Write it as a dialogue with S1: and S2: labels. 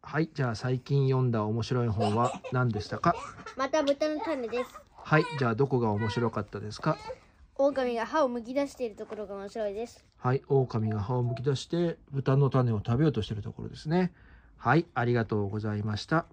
S1: はい、じゃあ最近読んだ面白い本は何でしたか
S2: また豚の種です
S1: はい、じゃあどこが面白かったですか
S2: 狼が歯をむき出しているところが面白いです
S1: はい、狼が歯をむき出して豚の種を食べようとしているところですね。はい、ありがとうございました。